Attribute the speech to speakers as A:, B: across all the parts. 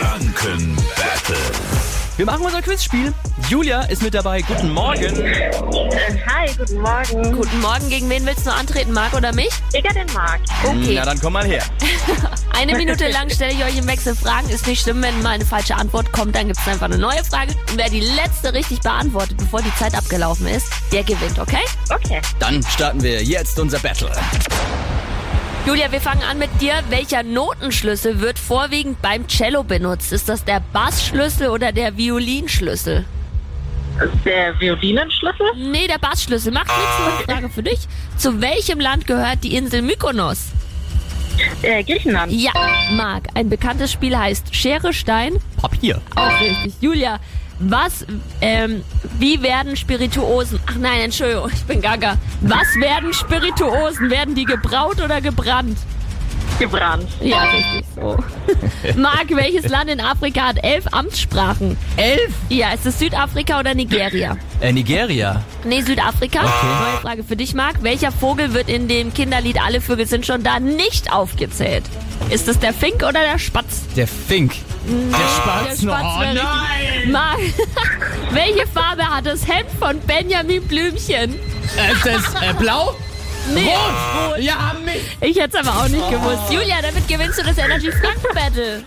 A: Franken Battle.
B: Wir machen unser Quizspiel. Julia ist mit dabei. Guten Morgen.
C: Äh, Hi, guten Morgen.
D: Guten Morgen, gegen wen willst du antreten, Marc oder mich?
C: Digga, den Marc. Oh,
D: Okay.
B: Na dann komm mal her.
D: Eine Minute lang stelle ich euch im Wechsel Fragen. Ist nicht schlimm, wenn mal eine falsche Antwort kommt, dann gibt es einfach eine neue Frage. Und wer die letzte richtig beantwortet, bevor die Zeit abgelaufen ist, der gewinnt, okay?
C: Okay.
B: Dann starten wir jetzt unser Battle.
D: Julia, wir fangen an mit dir. Welcher Notenschlüssel wird vorwiegend beim Cello benutzt? Ist das der Bassschlüssel oder der Violinschlüssel?
C: Der Violinenschlüssel?
D: Nee, der Bassschlüssel. Macht nichts. nur eine Frage für dich. Zu welchem Land gehört die Insel Mykonos?
C: Äh, Griechenland.
D: Ja, Marc, ein bekanntes Spiel heißt Schere, Stein.
B: Papier.
D: Auch richtig. Julia, was, ähm, wie werden Spirituosen, ach nein, Entschuldigung, ich bin gaga. Was werden Spirituosen? Werden die gebraut oder gebrannt?
C: Gebrannt.
D: Ja, richtig so. Marc, welches Land in Afrika hat elf Amtssprachen?
B: Elf.
D: Ja, ist es Südafrika oder Nigeria?
B: Äh, Nigeria.
D: Nee, Südafrika.
B: Okay.
D: Neue Frage für dich, Marc. Welcher Vogel wird in dem Kinderlied Alle Vögel sind schon da nicht aufgezählt? Ist es der Fink oder der Spatz?
B: Der Fink. Der Spatz.
D: Mm.
B: Oh,
D: Der Spatz wäre richtig. Marc, welche Farbe hat das Hemd von Benjamin Blümchen?
B: Äh, Ist das äh, blau?
D: Nee,
B: Rot. Ja, mich.
D: ich hätte es aber auch nicht gewusst. Julia, damit gewinnst du das Energy Franken Battle.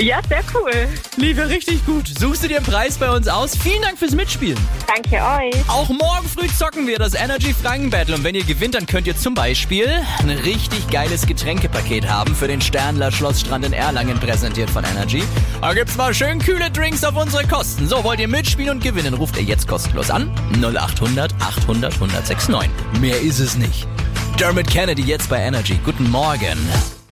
C: Ja, sehr cool.
B: Lief ja richtig gut. Suchst du dir einen Preis bei uns aus? Vielen Dank fürs Mitspielen.
C: Danke euch.
B: Auch morgen früh zocken wir das Energy Franken Battle. Und wenn ihr gewinnt, dann könnt ihr zum Beispiel ein richtig geiles Getränkepaket haben für den Sternler Schlossstrand in Erlangen, präsentiert von Energy. Da gibt's mal schön kühle Drinks auf unsere Kosten. So, wollt ihr mitspielen und gewinnen, ruft ihr jetzt kostenlos an. 0800 800 1069. Mehr ist es nicht. Dermot Kennedy jetzt bei Energy. Guten Morgen.